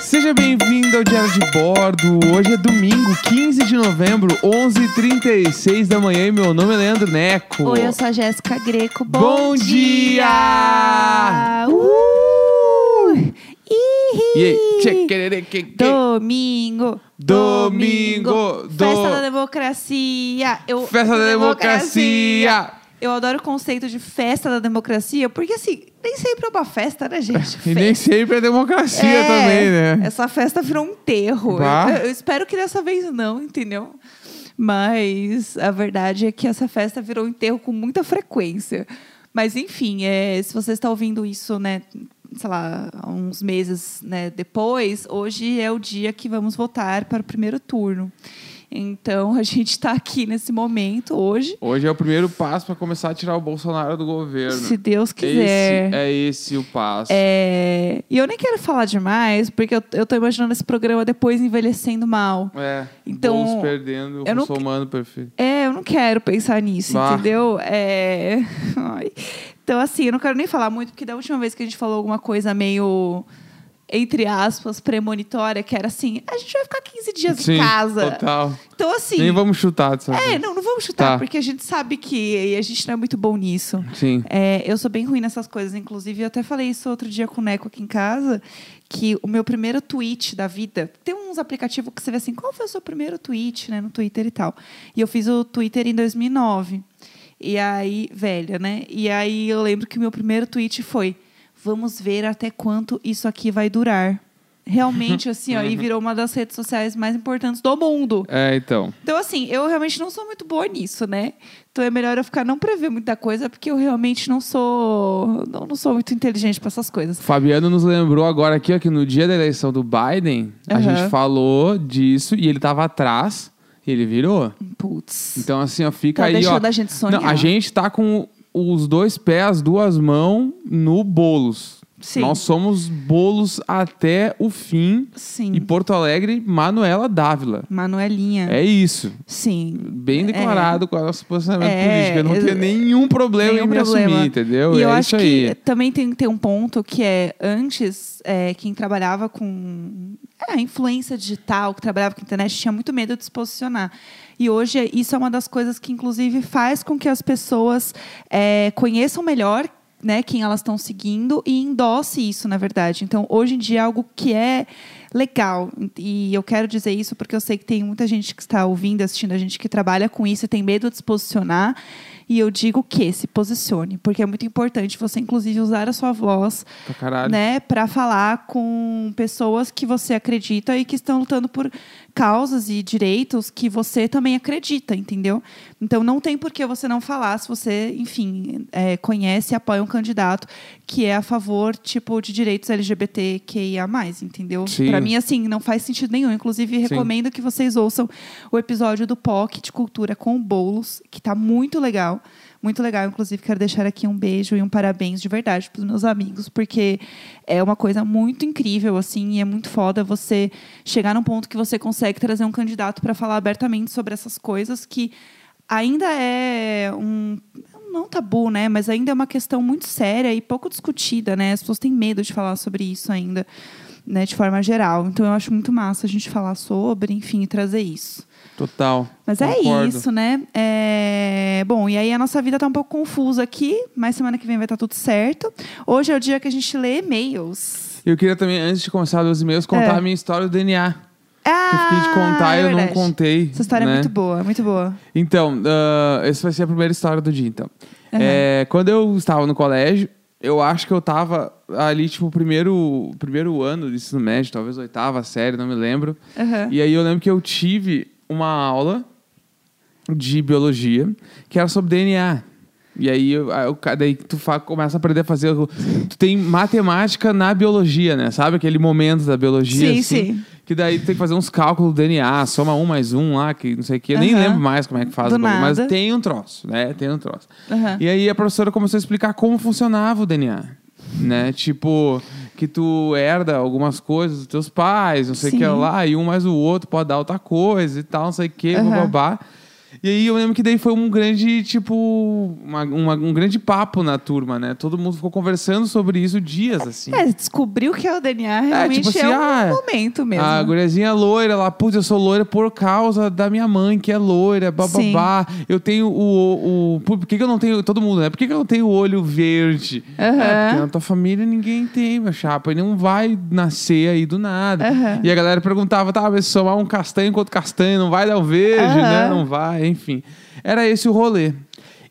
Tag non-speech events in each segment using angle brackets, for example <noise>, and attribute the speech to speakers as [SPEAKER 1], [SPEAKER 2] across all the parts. [SPEAKER 1] Seja bem-vindo ao Diário de Bordo. Hoje é domingo, 15 de novembro, 11h36 da manhã. E meu nome é Leandro Neco.
[SPEAKER 2] Oi, eu sou a Jéssica Greco. Bom,
[SPEAKER 1] Bom dia!
[SPEAKER 2] dia! Uh! Ihi!
[SPEAKER 1] E aí, tchê, quererê, que, que.
[SPEAKER 2] Domingo,
[SPEAKER 1] Domingo, do-
[SPEAKER 2] Festa da democracia. Eu,
[SPEAKER 1] Festa da democracia!
[SPEAKER 2] Eu adoro o conceito de festa da democracia, porque assim, nem sempre é uma festa, né, gente?
[SPEAKER 1] <laughs> E nem
[SPEAKER 2] Festa.
[SPEAKER 1] sempre é democracia
[SPEAKER 2] É,
[SPEAKER 1] também, né?
[SPEAKER 2] Essa festa virou um enterro.
[SPEAKER 1] Vá.
[SPEAKER 2] Eu, eu espero que dessa vez não, entendeu? Mas a verdade é que essa festa virou um enterro com muita frequência. Mas enfim, é, se você está ouvindo isso, né, sei lá, há uns meses né, depois, hoje é o dia que vamos votar para o primeiro turno. Então a gente está aqui nesse momento hoje,
[SPEAKER 1] Hoje é o primeiro passo pra começar a tirar o Bolsonaro do governo.
[SPEAKER 2] se Deus quiser.
[SPEAKER 1] esse, é esse o passo.
[SPEAKER 2] É, e eu nem quero falar demais, porque eu, eu tô imaginando esse programa depois envelhecendo mal.
[SPEAKER 1] É,
[SPEAKER 2] Então,
[SPEAKER 1] bons perdendo,
[SPEAKER 2] eu não
[SPEAKER 1] somando perfeito.
[SPEAKER 2] É, eu não quero pensar nisso,
[SPEAKER 1] Bah.
[SPEAKER 2] entendeu? É, <laughs> ai. Então, assim, eu não quero nem falar muito, porque da última vez que a gente falou alguma coisa meio, entre aspas, premonitória, que era assim, a gente vai ficar 15 dias
[SPEAKER 1] Sim,
[SPEAKER 2] em casa.
[SPEAKER 1] total.
[SPEAKER 2] Então, assim.
[SPEAKER 1] Nem vamos chutar dessa
[SPEAKER 2] É,
[SPEAKER 1] vez.
[SPEAKER 2] não, não vamos chutar,
[SPEAKER 1] Tá.
[SPEAKER 2] porque a gente sabe que e a gente não é muito bom nisso.
[SPEAKER 1] Sim.
[SPEAKER 2] É, eu sou bem ruim nessas coisas, inclusive. Eu até falei isso outro dia com o Neco aqui em casa, que o meu primeiro tweet da vida. Tem uns aplicativos que você vê assim, qual foi o seu primeiro tweet, né, no Twitter e tal. E eu fiz o Twitter em 2009. E aí, velha, né? E aí eu lembro que o meu primeiro tweet foi: vamos ver até quanto isso aqui vai durar. Realmente, assim, ó, e virou uma das redes sociais mais importantes do mundo.
[SPEAKER 1] É, então.
[SPEAKER 2] Então, assim, eu realmente não sou muito boa nisso, né? Então é melhor eu ficar não prever muita coisa, porque eu realmente não sou. Não, não sou muito inteligente para essas coisas.
[SPEAKER 1] Fabiano nos lembrou agora aqui, ó, que no dia da eleição do Biden, a
[SPEAKER 2] Aham.
[SPEAKER 1] gente falou disso e ele tava atrás e ele virou.
[SPEAKER 2] Putz.
[SPEAKER 1] Então, assim, ó, fica
[SPEAKER 2] Tá
[SPEAKER 1] aí, ó.
[SPEAKER 2] deixando a gente sonhar.
[SPEAKER 1] Não, a gente tá com os dois pés, duas mãos no bolos.
[SPEAKER 2] Sim.
[SPEAKER 1] Nós somos bolos até o fim.
[SPEAKER 2] Sim.
[SPEAKER 1] E Porto Alegre, Manuela Dávila.
[SPEAKER 2] Manuelinha.
[SPEAKER 1] É isso.
[SPEAKER 2] Sim.
[SPEAKER 1] Bem declarado com o nosso posicionamento
[SPEAKER 2] É,
[SPEAKER 1] político. Eu não
[SPEAKER 2] ex-
[SPEAKER 1] tenho nenhum problema
[SPEAKER 2] nenhum
[SPEAKER 1] em me
[SPEAKER 2] problema.
[SPEAKER 1] assumir, entendeu?
[SPEAKER 2] E
[SPEAKER 1] é
[SPEAKER 2] eu
[SPEAKER 1] isso
[SPEAKER 2] acho
[SPEAKER 1] aí.
[SPEAKER 2] que também tem, tem um ponto que é, antes, é, quem trabalhava com é, influência digital, que trabalhava com internet, tinha muito medo de se posicionar. E hoje isso é uma das coisas que, inclusive, faz com que as pessoas é, conheçam melhor né, quem elas estão seguindo e endosse isso, na verdade. Então, hoje em dia é algo que é legal. E eu quero dizer isso porque eu sei que tem muita gente que está ouvindo, assistindo a gente que trabalha com isso e tem medo de se posicionar. E eu digo que se posicione, porque é muito importante você, inclusive, usar a sua voz
[SPEAKER 1] Pra caralho.
[SPEAKER 2] né, para falar com pessoas que você acredita e que estão lutando por causas e direitos que você também acredita, entendeu? Então não tem por que você não falar se você, enfim, é, conhece e apoia um candidato que é a favor, tipo, de direitos LGBTQIA+, entendeu?
[SPEAKER 1] Sim.
[SPEAKER 2] Para mim, assim, não faz sentido nenhum. Inclusive, recomendo que vocês ouçam o episódio do POC de Cultura com o Boulos, que tá muito legal. Muito legal, inclusive, quero deixar aqui um beijo e um parabéns de verdade para os meus amigos, porque é uma coisa muito incrível, assim, e é muito foda você chegar num ponto que você consegue trazer um candidato para falar abertamente sobre essas coisas que ainda é um. Não tabu, né? Mas ainda é uma questão muito séria e pouco discutida, né? As pessoas têm medo de falar sobre isso ainda, né? De forma geral. Então eu acho muito massa a gente falar sobre, enfim, e trazer isso.
[SPEAKER 1] Total.
[SPEAKER 2] Mas é
[SPEAKER 1] Concordo.
[SPEAKER 2] isso, né? É, Bom, e aí a nossa vida tá um pouco confusa aqui, mas semana que vem vai estar tudo certo. Hoje é o dia que a gente lê e-mails.
[SPEAKER 1] Eu queria também, antes de começar os e-mails, contar
[SPEAKER 2] É.
[SPEAKER 1] a minha história do DNA. Que
[SPEAKER 2] Ah,
[SPEAKER 1] eu fiquei de contar e
[SPEAKER 2] é
[SPEAKER 1] eu não
[SPEAKER 2] verdade.
[SPEAKER 1] contei.
[SPEAKER 2] Essa história
[SPEAKER 1] né?
[SPEAKER 2] é muito boa, muito boa.
[SPEAKER 1] Então, ah, essa vai ser a primeira história do dia, então.
[SPEAKER 2] Aham.
[SPEAKER 1] É, quando eu estava no colégio, eu acho que eu estava ali, tipo, primeiro, primeiro ano do ensino médio, talvez oitava série, não me lembro.
[SPEAKER 2] Aham.
[SPEAKER 1] E aí eu lembro que eu tive uma aula de biologia que era sobre DNA. E aí, eu, aí eu- daí tu fa- começa a aprender a fazer. o- Tu tem matemática na biologia, né? Sabe aquele momento da biologia?
[SPEAKER 2] Sim,
[SPEAKER 1] assim,
[SPEAKER 2] sim.
[SPEAKER 1] Que daí tu tem que fazer uns cálculos do DNA, soma um mais um lá, que não sei o quê. Eu nem
[SPEAKER 2] Aham.
[SPEAKER 1] lembro mais como é que faz
[SPEAKER 2] Do
[SPEAKER 1] o bagulho, mas
[SPEAKER 2] nada.
[SPEAKER 1] tem um troço, né? Tem um troço.
[SPEAKER 2] Aham.
[SPEAKER 1] E aí a professora começou a explicar como funcionava o DNA. Né? Tipo, que tu herda algumas coisas dos teus pais, não sei o que
[SPEAKER 2] Sim.
[SPEAKER 1] lá, e um mais o outro pode dar outra coisa e tal, não sei o que,
[SPEAKER 2] Aham.
[SPEAKER 1] babá. E aí eu lembro que daí foi um grande, tipo, uma- uma- um grande papo na turma, né? Todo mundo ficou conversando sobre isso dias, assim.
[SPEAKER 2] É, descobriu que é o DNA realmente é,
[SPEAKER 1] tipo assim,
[SPEAKER 2] um
[SPEAKER 1] ah,
[SPEAKER 2] momento mesmo. né?
[SPEAKER 1] A guriazinha loira lá, putz, eu sou loira por causa da minha mãe, que é loira, bababá. Eu tenho o. o, o- por por que, que eu não tenho. Todo mundo, né? Por que, que eu não tenho o olho verde?
[SPEAKER 2] Aham.
[SPEAKER 1] É, porque na tua família ninguém tem, meu chapa. E não vai nascer aí do nada.
[SPEAKER 2] Aham.
[SPEAKER 1] E a galera perguntava, tá, mas se somar um castanho com outro castanho, não vai dar o verde,
[SPEAKER 2] Aham.
[SPEAKER 1] né? Não vai, enfim. Era esse o rolê.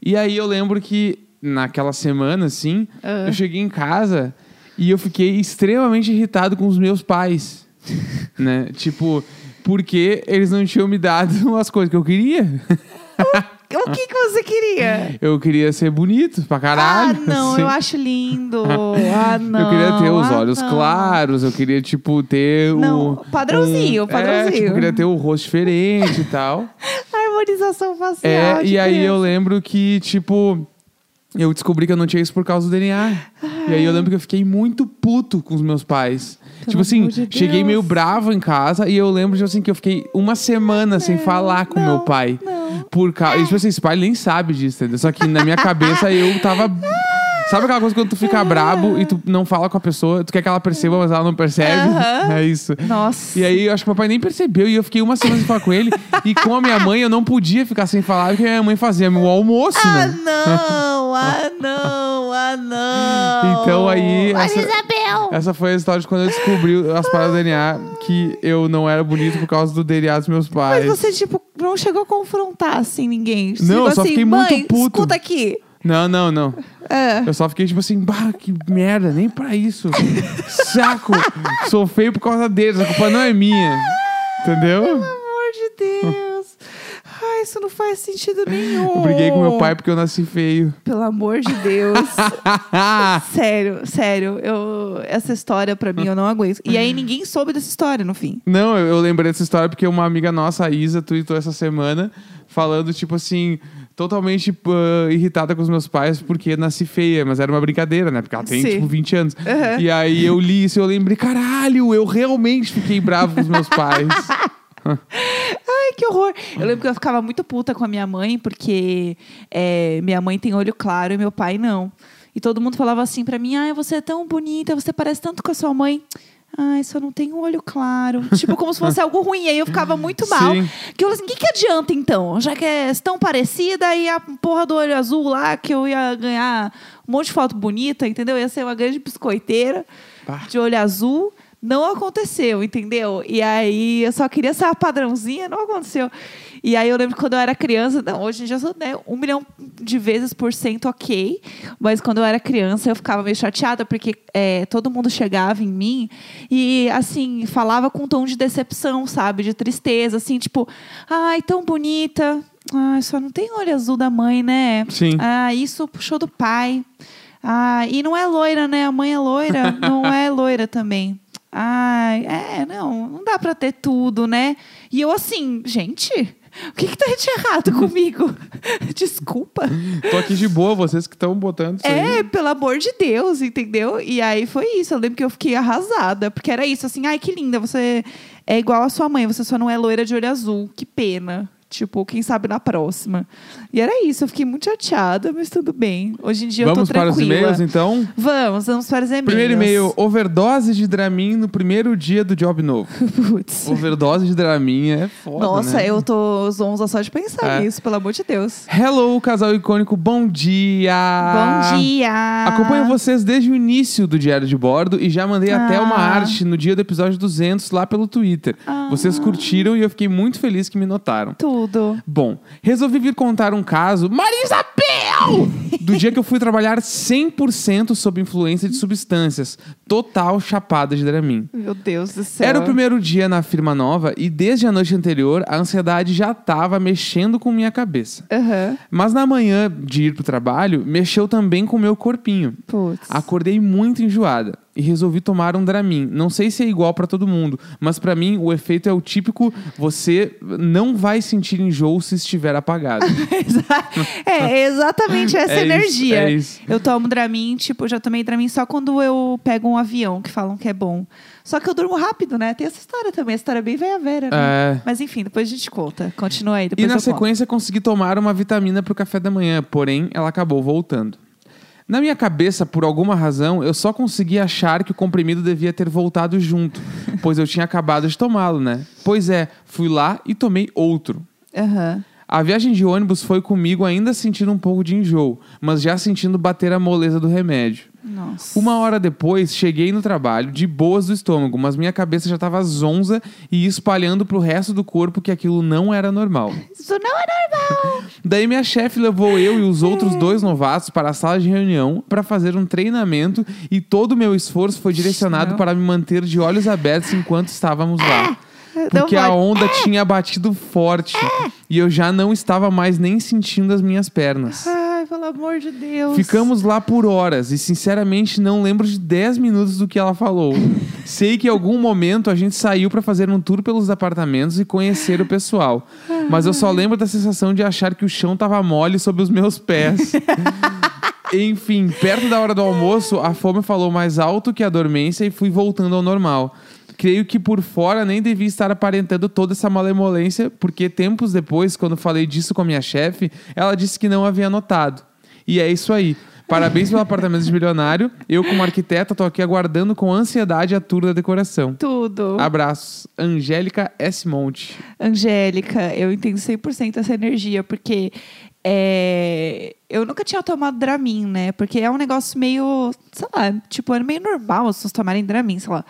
[SPEAKER 1] E aí eu lembro que naquela semana, assim,
[SPEAKER 2] Aham.
[SPEAKER 1] eu cheguei em casa e eu fiquei extremamente irritado com os meus pais. <laughs> né? Tipo, porque eles não tinham me dado <laughs> as coisas que eu queria.
[SPEAKER 2] O que, que você queria?
[SPEAKER 1] Eu queria ser bonito pra caralho.
[SPEAKER 2] ah, não,
[SPEAKER 1] assim.
[SPEAKER 2] eu
[SPEAKER 1] <laughs>
[SPEAKER 2] acho lindo. Ah, não.
[SPEAKER 1] Eu queria ter os
[SPEAKER 2] ah,
[SPEAKER 1] olhos
[SPEAKER 2] não.
[SPEAKER 1] claros, eu queria, tipo, ter
[SPEAKER 2] Não,
[SPEAKER 1] o.
[SPEAKER 2] padrãozinho,
[SPEAKER 1] um- É,
[SPEAKER 2] padrãozinho.
[SPEAKER 1] tipo, eu queria ter o rosto diferente e tal.
[SPEAKER 2] Harmonização facial. tipo
[SPEAKER 1] É,
[SPEAKER 2] de
[SPEAKER 1] e aí
[SPEAKER 2] criança.
[SPEAKER 1] eu lembro que, tipo, eu descobri que eu não tinha isso por causa do DNA. E aí eu lembro que eu fiquei muito puto com os meus pais. tipo assim,
[SPEAKER 2] amor de
[SPEAKER 1] cheguei
[SPEAKER 2] Deus.
[SPEAKER 1] meio bravo em casa e eu lembro, tipo assim, que eu fiquei uma semana sem falar com
[SPEAKER 2] É, não,
[SPEAKER 1] meu pai.
[SPEAKER 2] não.
[SPEAKER 1] Por causa. E tipo assim, esse pai nem sabe disso, entendeu? Só que na minha cabeça eu
[SPEAKER 2] <laughs>
[SPEAKER 1] tava.
[SPEAKER 2] Ah!
[SPEAKER 1] Sabe aquela coisa quando tu fica brabo e tu não fala com a pessoa, tu quer que ela perceba, mas ela não percebe?
[SPEAKER 2] Aham.
[SPEAKER 1] <laughs> É isso.
[SPEAKER 2] Nossa.
[SPEAKER 1] E aí, eu acho que meu pai nem percebeu. E eu fiquei uma semana sem falar com ele. E com a minha mãe, eu não podia ficar sem falar, porque minha mãe fazia meu almoço,
[SPEAKER 2] Ah,
[SPEAKER 1] né? <laughs>
[SPEAKER 2] não! Ah, não! Ah, não!
[SPEAKER 1] Então aí, essa- Ah,
[SPEAKER 2] Maria Isabel!
[SPEAKER 1] Essa foi a história de quando eu descobri as paradas do DNA, que eu não era bonito por causa do DNA dos meus
[SPEAKER 2] Mas
[SPEAKER 1] pais.
[SPEAKER 2] você, tipo, não chegou a confrontar, assim, ninguém. Você
[SPEAKER 1] é- Não,
[SPEAKER 2] chegou
[SPEAKER 1] eu só
[SPEAKER 2] assim,
[SPEAKER 1] fiquei
[SPEAKER 2] mãe,
[SPEAKER 1] muito puto."
[SPEAKER 2] escuta aqui.
[SPEAKER 1] Não, não, não.
[SPEAKER 2] É.
[SPEAKER 1] Eu só fiquei tipo assim, bah, que merda, nem pra isso. Saco! Sou feio por causa deles, a culpa não é minha. Entendeu?
[SPEAKER 2] Pelo amor de Deus. Ai, isso não faz sentido nenhum.
[SPEAKER 1] Eu briguei com meu pai porque eu nasci feio.
[SPEAKER 2] Pelo amor
[SPEAKER 1] <laughs>
[SPEAKER 2] de Deus. sério, sério. Eu, essa história, pra mim, eu não aguento. E aí, ninguém soube dessa história, no fim.
[SPEAKER 1] Não, eu, eu lembrei dessa história porque uma amiga nossa, a Isa, tweetou essa semana falando, tipo assim, totalmente pã, irritada com os meus pais porque nasci feia, mas era uma brincadeira, né? Porque ela tem,
[SPEAKER 2] Sim.
[SPEAKER 1] tipo, 20 anos.
[SPEAKER 2] Uhum.
[SPEAKER 1] E aí eu li isso e eu lembrei, caralho, eu realmente fiquei bravo com os meus
[SPEAKER 2] <laughs>
[SPEAKER 1] pais.
[SPEAKER 2] Ai, que horror. Eu lembro que eu ficava muito puta com a minha mãe, porque é, minha mãe tem olho claro e meu pai não. E todo mundo falava assim pra mim: ai, você é tão bonita, você parece tanto com a sua mãe. Ai, só não tenho olho claro. tipo, como se fosse algo ruim. E aí eu ficava muito mal.
[SPEAKER 1] Sim.
[SPEAKER 2] Que eu falei assim: o que, que adianta então? Já que é tão parecida e a porra do olho azul lá, que eu ia ganhar um monte de foto bonita, entendeu? Ia ser uma grande biscoiteira
[SPEAKER 1] Bah.
[SPEAKER 2] de olho azul. Não aconteceu, entendeu? E aí eu só queria ser a padrãozinha, não aconteceu. E aí eu lembro que quando eu era criança, não, hoje em dia eu sou né, um milhão de vezes por cento ok, mas quando eu era criança eu ficava meio chateada porque é, todo mundo chegava em mim e assim falava com um tom de decepção, sabe, de tristeza, assim tipo, ai tão bonita, ai só não tem olho azul da mãe, né?
[SPEAKER 1] Sim.
[SPEAKER 2] Ah, isso puxou do pai. Ah, e não é loira, né? A mãe é loira? não é loira também. Ai, é, não, não dá pra ter tudo, né? E eu assim, gente, o que que tá de errado comigo? Desculpa.
[SPEAKER 1] Tô aqui de boa, vocês que estão botando isso aí.
[SPEAKER 2] É, pelo amor de Deus, entendeu? E aí foi isso. Eu lembro que eu fiquei arrasada, porque era isso, assim, ai, que linda, você é igual a sua mãe, você só não é loira de olho azul, que pena. Tipo, quem sabe na próxima. E era isso, eu fiquei muito chateada, mas tudo bem. Hoje em dia eu
[SPEAKER 1] Vamos
[SPEAKER 2] tô
[SPEAKER 1] para os
[SPEAKER 2] tranquila.
[SPEAKER 1] e-mails, então?
[SPEAKER 2] Vamos, vamos para os e-mails.
[SPEAKER 1] Primeiro e-mail, overdose de Dramin no primeiro dia do job novo.
[SPEAKER 2] <laughs> Putz.
[SPEAKER 1] overdose de Dramin é foda,
[SPEAKER 2] Nossa,
[SPEAKER 1] né?
[SPEAKER 2] eu tô zonza só de pensar
[SPEAKER 1] É.
[SPEAKER 2] nisso, pelo amor de Deus.
[SPEAKER 1] Hello, casal icônico, bom dia!
[SPEAKER 2] Bom dia!
[SPEAKER 1] Acompanho vocês desde o início do Diário de Bordo e já mandei até
[SPEAKER 2] Ah.
[SPEAKER 1] uma arte no dia do episódio 200 lá pelo Twitter.
[SPEAKER 2] Ah.
[SPEAKER 1] Vocês curtiram e eu fiquei muito feliz que me notaram.
[SPEAKER 2] Tudo.
[SPEAKER 1] Bom, resolvi vir contar um caso, Marisa Pel! do dia que eu fui trabalhar 100% sob influência de substâncias, total chapada de Dramin.
[SPEAKER 2] Meu Deus do céu.
[SPEAKER 1] Era o primeiro dia na firma nova e desde a noite anterior a ansiedade já estava mexendo com minha cabeça.
[SPEAKER 2] Aham.
[SPEAKER 1] Mas na manhã de ir pro trabalho, mexeu também com meu corpinho.
[SPEAKER 2] Putz.
[SPEAKER 1] Acordei muito enjoada. e resolvi tomar um Dramin. Não sei se é igual para todo mundo, mas para mim o efeito é o típico: você não vai sentir enjoo se estiver
[SPEAKER 2] <laughs>
[SPEAKER 1] apagado.
[SPEAKER 2] é exatamente essa
[SPEAKER 1] É isso,
[SPEAKER 2] energia.
[SPEAKER 1] é isso.
[SPEAKER 2] Eu tomo Dramin, tipo, eu já tomei Dramin só quando eu pego um avião, que falam que é bom. Só que eu durmo rápido, né? Tem essa história também, a história bem velha vera, né?
[SPEAKER 1] É.
[SPEAKER 2] Mas enfim, depois a gente conta. Continua aí, depois
[SPEAKER 1] e na
[SPEAKER 2] eu conto.
[SPEAKER 1] sequência consegui tomar uma vitamina para o café da manhã, porém ela acabou voltando. Na minha cabeça, por alguma razão, eu só consegui achar que o comprimido devia ter voltado junto, pois eu tinha acabado de tomá-lo, né? Pois é, fui lá e tomei outro.
[SPEAKER 2] Aham.
[SPEAKER 1] A viagem de ônibus foi comigo ainda sentindo um pouco de enjoo, mas já sentindo bater a moleza do remédio.
[SPEAKER 2] Nossa.
[SPEAKER 1] Uma hora depois, cheguei no trabalho, de boas do estômago, mas minha cabeça já estava zonza e espalhando pro resto do corpo que aquilo não era normal.
[SPEAKER 2] Isso não é normal!
[SPEAKER 1] Daí minha chefe levou eu e os outros dois novatos para a sala de reunião para fazer um treinamento e todo o meu esforço foi direcionado
[SPEAKER 2] Não.
[SPEAKER 1] para me manter de olhos abertos enquanto estávamos lá.
[SPEAKER 2] Não
[SPEAKER 1] Porque a
[SPEAKER 2] pode.
[SPEAKER 1] onda tinha batido forte e eu já não estava mais nem sentindo as minhas pernas.
[SPEAKER 2] Ai, pelo amor de Deus.
[SPEAKER 1] Ficamos lá por horas e, sinceramente, não lembro de 10 minutos do que ela falou. Sei que em algum momento a gente saiu pra fazer um tour pelos apartamentos e conhecer o pessoal. Mas eu só lembro da sensação de achar que o chão tava mole sob os meus pés. Enfim, perto da hora do almoço, a fome falou mais alto que a dormência e fui voltando ao normal. Creio que por fora nem devia estar aparentando toda essa malemolência, porque tempos depois, quando falei disso com a minha chefe, ela disse que não havia notado. E é isso aí. Parabéns pelo apartamento de milionário. Eu, como arquiteta, tô aqui aguardando com ansiedade a tour da decoração.
[SPEAKER 2] Tudo.
[SPEAKER 1] Abraços. Angélica S. Monte.
[SPEAKER 2] Angélica, eu entendo 100% essa energia, porque é, eu nunca tinha tomado Dramin, né? Porque é um negócio meio, sei lá, tipo, era meio normal as pessoas tomarem Dramin, sei lá.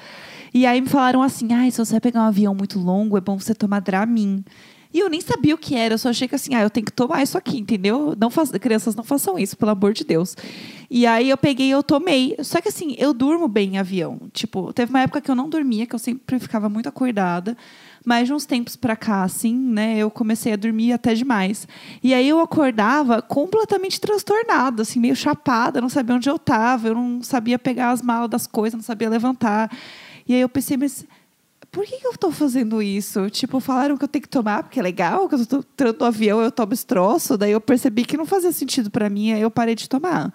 [SPEAKER 2] E aí me falaram assim, ai, se você vai pegar um avião muito longo, é bom você tomar Dramin. E eu nem sabia o que era, eu só achei que assim, ah, eu tenho que tomar isso aqui, entendeu? Não faça, crianças não façam isso, pelo amor de Deus. E aí eu peguei e eu tomei. Só que assim, eu durmo bem em avião. Tipo, teve uma época que eu não dormia, que eu sempre ficava muito acordada. Mas de uns tempos pra cá, assim, né, eu comecei a dormir até demais. E aí eu acordava completamente transtornada, assim, meio chapada, não sabia onde eu tava, eu não sabia pegar as malas das coisas, não sabia levantar. E aí eu pensei, mas por que, que eu tô fazendo isso? Tipo, falaram que eu tenho que tomar, porque é legal, que eu tô entrando no avião, eu tomo esse troço. Daí eu percebi que não fazia sentido pra mim, aí eu parei de tomar.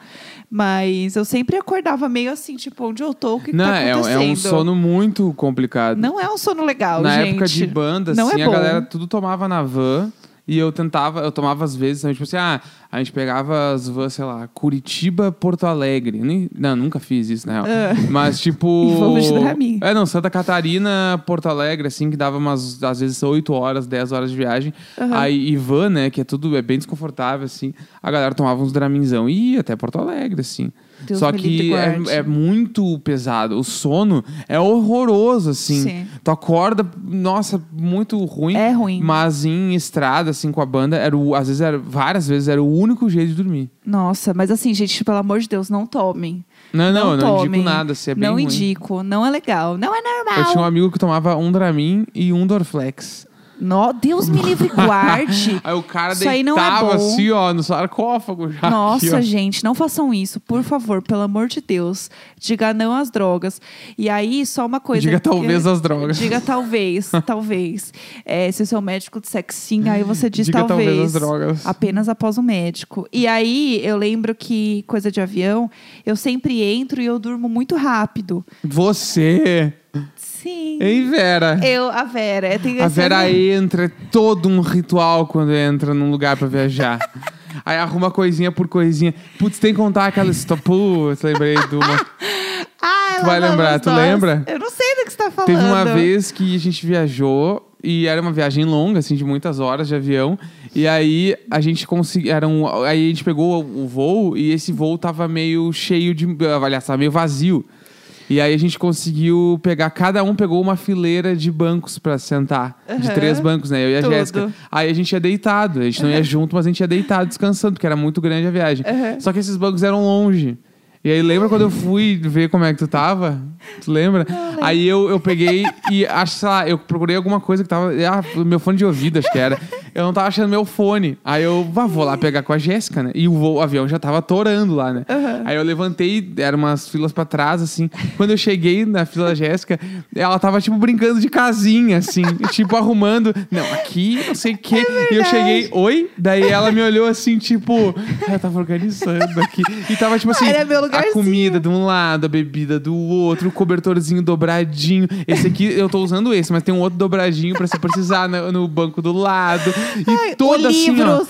[SPEAKER 2] Mas eu sempre acordava meio assim, tipo, onde eu tô, o que, que
[SPEAKER 1] Não,
[SPEAKER 2] tá
[SPEAKER 1] é,
[SPEAKER 2] acontecendo?
[SPEAKER 1] é um sono muito complicado.
[SPEAKER 2] Não é um sono legal,
[SPEAKER 1] na
[SPEAKER 2] gente.
[SPEAKER 1] época de banda,
[SPEAKER 2] Não
[SPEAKER 1] assim,
[SPEAKER 2] é
[SPEAKER 1] a
[SPEAKER 2] bom.
[SPEAKER 1] galera tudo tomava na van. E eu tentava, eu tomava às vezes, também, tipo assim, ah, a gente pegava as vans, sei lá, Curitiba, Porto Alegre. Nem- não, nunca fiz isso, na real.
[SPEAKER 2] <laughs>
[SPEAKER 1] Mas tipo.
[SPEAKER 2] E Ah. vamos de Dramin.
[SPEAKER 1] É, não, Santa Catarina, Porto Alegre, assim, que dava umas, às vezes, 8 horas, 10 horas de viagem. Aí, e van, né, que é tudo, é bem desconfortável, assim. A galera tomava uns draminzão e ia até Porto Alegre, assim.
[SPEAKER 2] Deus
[SPEAKER 1] Só
[SPEAKER 2] me livre e
[SPEAKER 1] que é,
[SPEAKER 2] guarde.
[SPEAKER 1] é muito pesado. O sono é horroroso, assim.
[SPEAKER 2] Sim.
[SPEAKER 1] Tu acorda, nossa, muito ruim.
[SPEAKER 2] É ruim.
[SPEAKER 1] Mas em estrada, assim, com a banda, era o, às vezes era, várias vezes era o único jeito de dormir.
[SPEAKER 2] Nossa, mas assim, gente, pelo amor de Deus, não tomem.
[SPEAKER 1] Não, não, eu não
[SPEAKER 2] tomem.
[SPEAKER 1] indico nada, assim, é bem
[SPEAKER 2] Não
[SPEAKER 1] ruim.
[SPEAKER 2] indico, não é legal, não é
[SPEAKER 1] Eu tinha um
[SPEAKER 2] normal.
[SPEAKER 1] amigo que tomava um Dramin e um Dorflex.
[SPEAKER 2] No, Deus me livre
[SPEAKER 1] <laughs>
[SPEAKER 2] e guarde.
[SPEAKER 1] Aí o cara
[SPEAKER 2] Isso aí não é
[SPEAKER 1] deitava
[SPEAKER 2] bom.
[SPEAKER 1] assim, ó, no sarcófago já. aqui,
[SPEAKER 2] Nossa,
[SPEAKER 1] ó.
[SPEAKER 2] gente, não façam isso, por favor, pelo amor de Deus. Diga não às drogas. E aí, só uma coisa.
[SPEAKER 1] Diga talvez às drogas. <laughs>
[SPEAKER 2] Diga talvez, talvez. É, se o seu médico disser que sim, aí você diz
[SPEAKER 1] Diga talvez
[SPEAKER 2] talvez.
[SPEAKER 1] às drogas.
[SPEAKER 2] Apenas após o médico. E aí, eu lembro que, coisa de avião, eu sempre entro e eu durmo muito rápido.
[SPEAKER 1] Você,
[SPEAKER 2] Sim.
[SPEAKER 1] hein, Vera?
[SPEAKER 2] Eu, a Vera. Eu tenho
[SPEAKER 1] A
[SPEAKER 2] esse-
[SPEAKER 1] Vera entra, é todo um ritual quando entra num lugar pra viajar. Aí arruma coisinha por coisinha. Putz, tem que contar aquela história. Putz, lembrei de uma.
[SPEAKER 2] Ah, ela
[SPEAKER 1] vai
[SPEAKER 2] ama
[SPEAKER 1] lembrar,
[SPEAKER 2] os
[SPEAKER 1] tu
[SPEAKER 2] dois.
[SPEAKER 1] lembra?
[SPEAKER 2] Eu não sei do que você tá falando.
[SPEAKER 1] Teve uma vez que a gente viajou e era uma viagem longa, assim, de muitas horas de avião. E aí a gente conseguiu. Era um, aí a gente pegou o voo e esse voo tava meio cheio de. Aliás, tava meio vazio. E aí a gente conseguiu pegar, cada um pegou uma fileira de bancos pra sentar. De
[SPEAKER 2] Aham.
[SPEAKER 1] três bancos, né? Eu e a
[SPEAKER 2] Tudo.
[SPEAKER 1] Jéssica. Aí a gente ia deitado. A gente não ia junto, mas a gente ia deitado descansando, porque era muito grande a viagem.
[SPEAKER 2] Aham.
[SPEAKER 1] Só que esses bancos eram longe. E aí, lembra quando eu fui ver como é que tu tava? Tu lembra? aí eu, eu peguei e acho, sei lá, eu procurei alguma coisa que tava. Ah, meu fone de ouvido, acho que era. Eu Eu não tava achando meu fone. Aí eu, "Vá, vou lá pegar com a Jéssica, né? E o, voo- o avião já tava torando lá, né? Aí eu levantei, eram umas filas pra trás, assim. Quando eu cheguei na fila da Jéssica, ela tava, tipo, brincando de casinha, assim. <laughs> tipo, arrumando. Não, aqui, não sei o quê.
[SPEAKER 2] É
[SPEAKER 1] e eu cheguei, oi? Daí ela me olhou, assim, tipo... "Ah, Eu tava organizando aqui. E tava, tipo assim...
[SPEAKER 2] Era meu
[SPEAKER 1] a
[SPEAKER 2] lugarzinho."
[SPEAKER 1] comida de um lado, a bebida do outro, o cobertorzinho dobradinho. Esse aqui, eu tô usando esse, mas tem um outro dobradinho pra se precisar né, no, no banco do lado. E
[SPEAKER 2] Ai,
[SPEAKER 1] toda
[SPEAKER 2] o
[SPEAKER 1] assim, ó,
[SPEAKER 2] livros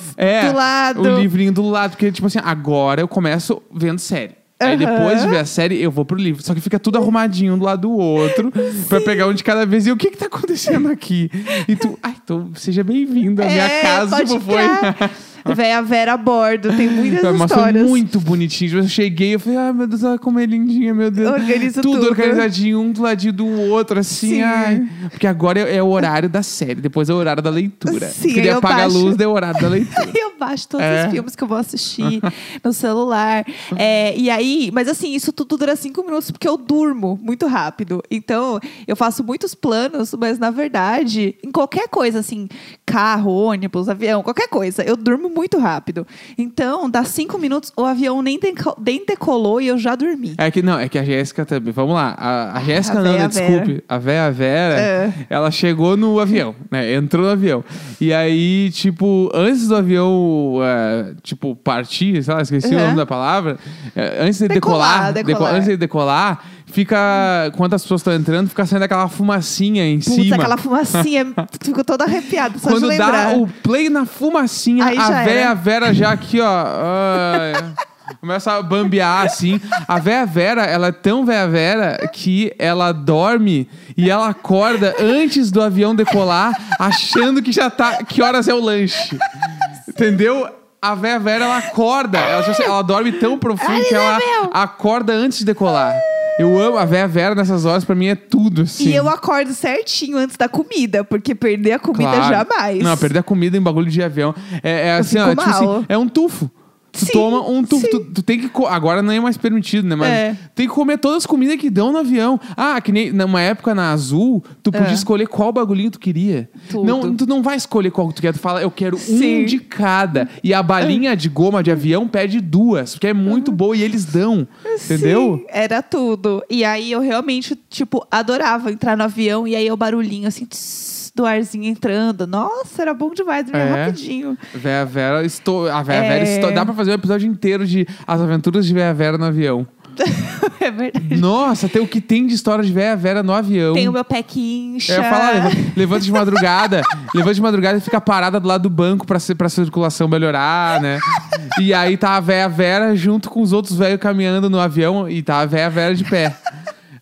[SPEAKER 2] do lado.
[SPEAKER 1] O livrinho do lado. Porque, tipo assim, agora eu começo vendo série. Aí
[SPEAKER 2] Aham.
[SPEAKER 1] depois de ver a série, eu vou pro livro. Só que fica tudo arrumadinho um do lado do
[SPEAKER 2] <laughs>
[SPEAKER 1] outro, pra pegar um de cada vez. E o que que tá acontecendo aqui? E tu, ai, então seja bem-vindo à minha
[SPEAKER 2] É,
[SPEAKER 1] casa,
[SPEAKER 2] pode
[SPEAKER 1] tipo, foi.
[SPEAKER 2] ficar. Véi, a Vera a bordo, tem muitas
[SPEAKER 1] Mas <laughs>
[SPEAKER 2] histórias.
[SPEAKER 1] foi muito bonitinho. Eu cheguei, eu falei, ai meu Deus, olha como é lindinha, meu Deus.
[SPEAKER 2] Organiza
[SPEAKER 1] tudo.
[SPEAKER 2] tudo.
[SPEAKER 1] organizadinho, um do ladinho do outro, assim.
[SPEAKER 2] Sim.
[SPEAKER 1] Ai. Porque agora é, é o horário da série, depois é o horário da leitura.
[SPEAKER 2] Sim,
[SPEAKER 1] Porque daí
[SPEAKER 2] eu
[SPEAKER 1] apaga
[SPEAKER 2] baixo.
[SPEAKER 1] a luz, daí é o horário da
[SPEAKER 2] <laughs>
[SPEAKER 1] leitura.
[SPEAKER 2] <laughs> Aí eu baixo todos
[SPEAKER 1] É.
[SPEAKER 2] os filmes que eu vou assistir no celular. É, e aí, mas assim, isso tudo dura cinco minutos porque eu durmo muito rápido. Então, eu faço muitos planos, mas na verdade, em qualquer coisa, assim, carro, ônibus, avião, qualquer coisa, eu durmo muito rápido. Então, dá cinco minutos, o avião nem, deco- nem decolou e eu já dormi.
[SPEAKER 1] É que não, é que a Jéssica também. Vamos lá. A, a Jéssica
[SPEAKER 2] Ah, A
[SPEAKER 1] não,
[SPEAKER 2] véia
[SPEAKER 1] né? Desculpe.
[SPEAKER 2] Vera.
[SPEAKER 1] A Véia Vera,
[SPEAKER 2] É.
[SPEAKER 1] ela chegou no avião, né? Entrou no avião. E aí, tipo, antes do avião, é, tipo, partir, sei lá, esqueci o
[SPEAKER 2] Uhum.
[SPEAKER 1] nome da palavra. é, antes de decolar,
[SPEAKER 2] Decolar,
[SPEAKER 1] deco-
[SPEAKER 2] decolar.
[SPEAKER 1] antes de decolar, fica. Quando as pessoas estão entrando, fica saindo aquela fumacinha em
[SPEAKER 2] Putz,
[SPEAKER 1] cima.
[SPEAKER 2] aquela fumacinha,
[SPEAKER 1] <laughs>
[SPEAKER 2] fico toda arrepiada, só de
[SPEAKER 1] Quando dá
[SPEAKER 2] lembrar.
[SPEAKER 1] o play na fumacinha,
[SPEAKER 2] Aí
[SPEAKER 1] a
[SPEAKER 2] já
[SPEAKER 1] véia
[SPEAKER 2] era.
[SPEAKER 1] Vera já aqui, ó. ah, é. começa a bambear assim. A véia Vera, ela é tão véia Vera que ela dorme e ela acorda antes do avião decolar, achando que já tá. Que horas é o lanche? Entendeu? A véia Vera, ela acorda. Ela, tipo assim, ela dorme tão profundo
[SPEAKER 2] é
[SPEAKER 1] que ela acorda antes de decolar. Eu amo a véia Vera nessas horas, pra mim é tudo, assim.
[SPEAKER 2] E eu acordo certinho antes da comida, porque perder a comida
[SPEAKER 1] Claro.
[SPEAKER 2] jamais.
[SPEAKER 1] Não, perder a comida em bagulho de avião é, é assim, ó,
[SPEAKER 2] fico
[SPEAKER 1] tipo
[SPEAKER 2] mal.
[SPEAKER 1] assim, é um tufo. Tu
[SPEAKER 2] Sim,
[SPEAKER 1] toma um tufo.
[SPEAKER 2] sim.
[SPEAKER 1] Tu, tu tem que. co- Agora não é mais permitido, né? Mas
[SPEAKER 2] É.
[SPEAKER 1] tem que comer todas as comidas que dão no avião. Ah, que nem numa época na Azul, tu podia
[SPEAKER 2] É.
[SPEAKER 1] escolher qual bagulhinho tu queria.
[SPEAKER 2] Tudo.
[SPEAKER 1] Não, tu não vai escolher qual que tu quer. Tu fala, eu quero um
[SPEAKER 2] Sim.
[SPEAKER 1] de cada. E a balinha de goma de avião pede duas, porque é muito boa e eles dão. Entendeu?
[SPEAKER 2] Ah. Sim, era tudo. E aí eu realmente, tipo, adorava entrar no avião e aí o barulhinho assim tss, do arzinho entrando. Nossa, era bom demais, dormia
[SPEAKER 1] É.
[SPEAKER 2] rapidinho. <laughs>
[SPEAKER 1] Véia Vera, estou, a Véia Vera,
[SPEAKER 2] É.
[SPEAKER 1] estou, dá pra fazer um episódio inteiro de As Aventuras de Véia Vera no avião.
[SPEAKER 2] é verdade.
[SPEAKER 1] Nossa, tem o que tem de história de véia Vera no avião.
[SPEAKER 2] Tem o meu pé que incha.
[SPEAKER 1] É, Então, eu falo, ah, leva- levanta de madrugada, levanta de madrugada e fica parada do lado do banco pra, ser, pra circulação melhorar, né? E aí tá a véia Vera junto com os outros velhos caminhando no avião e tá a véia Vera de pé.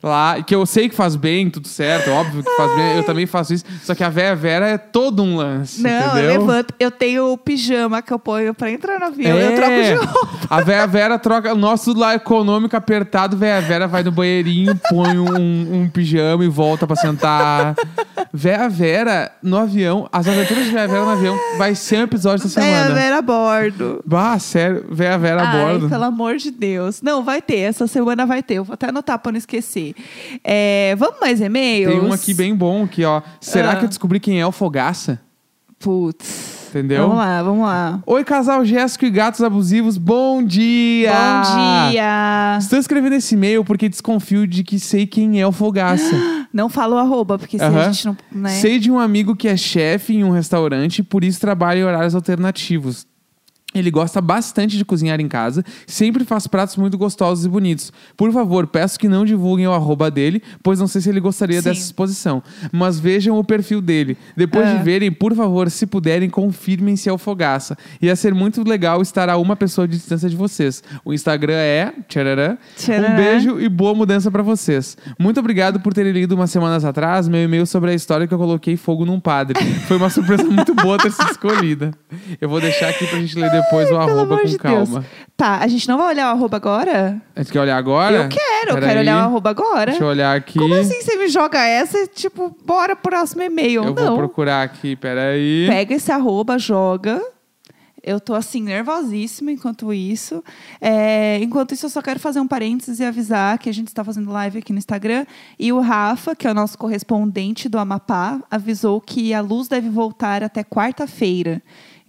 [SPEAKER 1] Lá, que eu sei que faz bem, tudo certo, óbvio que faz bem, eu também faço isso. Só que a véia Vera é todo um lance.
[SPEAKER 2] <laughs> Não,
[SPEAKER 1] entendeu?
[SPEAKER 2] eu levanto. Eu tenho o pijama que eu ponho pra entrar no avião.
[SPEAKER 1] É.
[SPEAKER 2] Eu troco de roupa.
[SPEAKER 1] A Vera Vera troca. O nosso lá econômico apertado, Vera Vera vai no banheirinho, põe um, um pijama e volta pra sentar. Vera Vera no avião. As aventuras de Vera Vera no avião vai ser um episódio essa
[SPEAKER 2] É,
[SPEAKER 1] semana.
[SPEAKER 2] era a bordo.
[SPEAKER 1] Bah, sério, Vera Vera Tá a
[SPEAKER 2] Ai,
[SPEAKER 1] bordo.
[SPEAKER 2] pelo amor de Deus. Não, vai ter. Essa semana vai ter. Eu vou até anotar pra não esquecer. É, vamos mais e-mails?
[SPEAKER 1] Tem um aqui bem bom aqui, ó. Será
[SPEAKER 2] Ah.
[SPEAKER 1] que eu descobri quem é o Fogaça?
[SPEAKER 2] Putz.
[SPEAKER 1] Entendeu?
[SPEAKER 2] Vamos lá, vamos lá.
[SPEAKER 1] Oi, casal Jéssico e gatos abusivos, bom dia!
[SPEAKER 2] Bom dia!
[SPEAKER 1] Estou escrevendo esse e-mail porque desconfio de que sei quem é o Fogaça.
[SPEAKER 2] Não fala o arroba, porque se
[SPEAKER 1] Aham.
[SPEAKER 2] a gente não. Né?
[SPEAKER 1] Sei de um amigo que é chefe em um restaurante, por isso trabalha em horários alternativos. Ele gosta bastante de cozinhar em casa, sempre faz pratos muito gostosos e bonitos. Por favor, peço que não divulguem o arroba dele, pois não sei se ele gostaria
[SPEAKER 2] Sim.
[SPEAKER 1] dessa exposição. Mas vejam o perfil dele. Depois
[SPEAKER 2] Ah.
[SPEAKER 1] de verem, por favor, se puderem, confirmem se é o Fogaça. Ia ser muito legal estar a uma pessoa de distância de vocês. O Instagram é... Tchararã, um
[SPEAKER 2] Tchararã.
[SPEAKER 1] beijo beijo e boa mudança pra vocês. Muito obrigado por terem lido umas semanas atrás meu e-mail sobre a história que eu coloquei fogo num padre. Foi uma <laughs> surpresa muito boa ter sido escolhida. Eu vou deixar aqui pra gente ler depois o
[SPEAKER 2] Pelo
[SPEAKER 1] arroba
[SPEAKER 2] amor
[SPEAKER 1] com
[SPEAKER 2] de
[SPEAKER 1] calma.
[SPEAKER 2] Deus. Tá, a gente não vai olhar o arroba agora?
[SPEAKER 1] A gente quer olhar agora?
[SPEAKER 2] eu quero, eu
[SPEAKER 1] Pera
[SPEAKER 2] quero
[SPEAKER 1] aí.
[SPEAKER 2] olhar o arroba agora.
[SPEAKER 1] Deixa eu olhar aqui.
[SPEAKER 2] Como assim você me joga essa e, tipo, bora pro próximo e-mail?
[SPEAKER 1] Eu
[SPEAKER 2] não.
[SPEAKER 1] vou procurar aqui, peraí.
[SPEAKER 2] Pega esse arroba, joga. Eu tô assim, nervosíssima enquanto isso. É, enquanto isso, eu só quero fazer um parênteses e avisar que a gente está fazendo live aqui no Instagram. E o Rafa, que é o nosso correspondente do Amapá, avisou que a luz deve voltar até quarta-feira.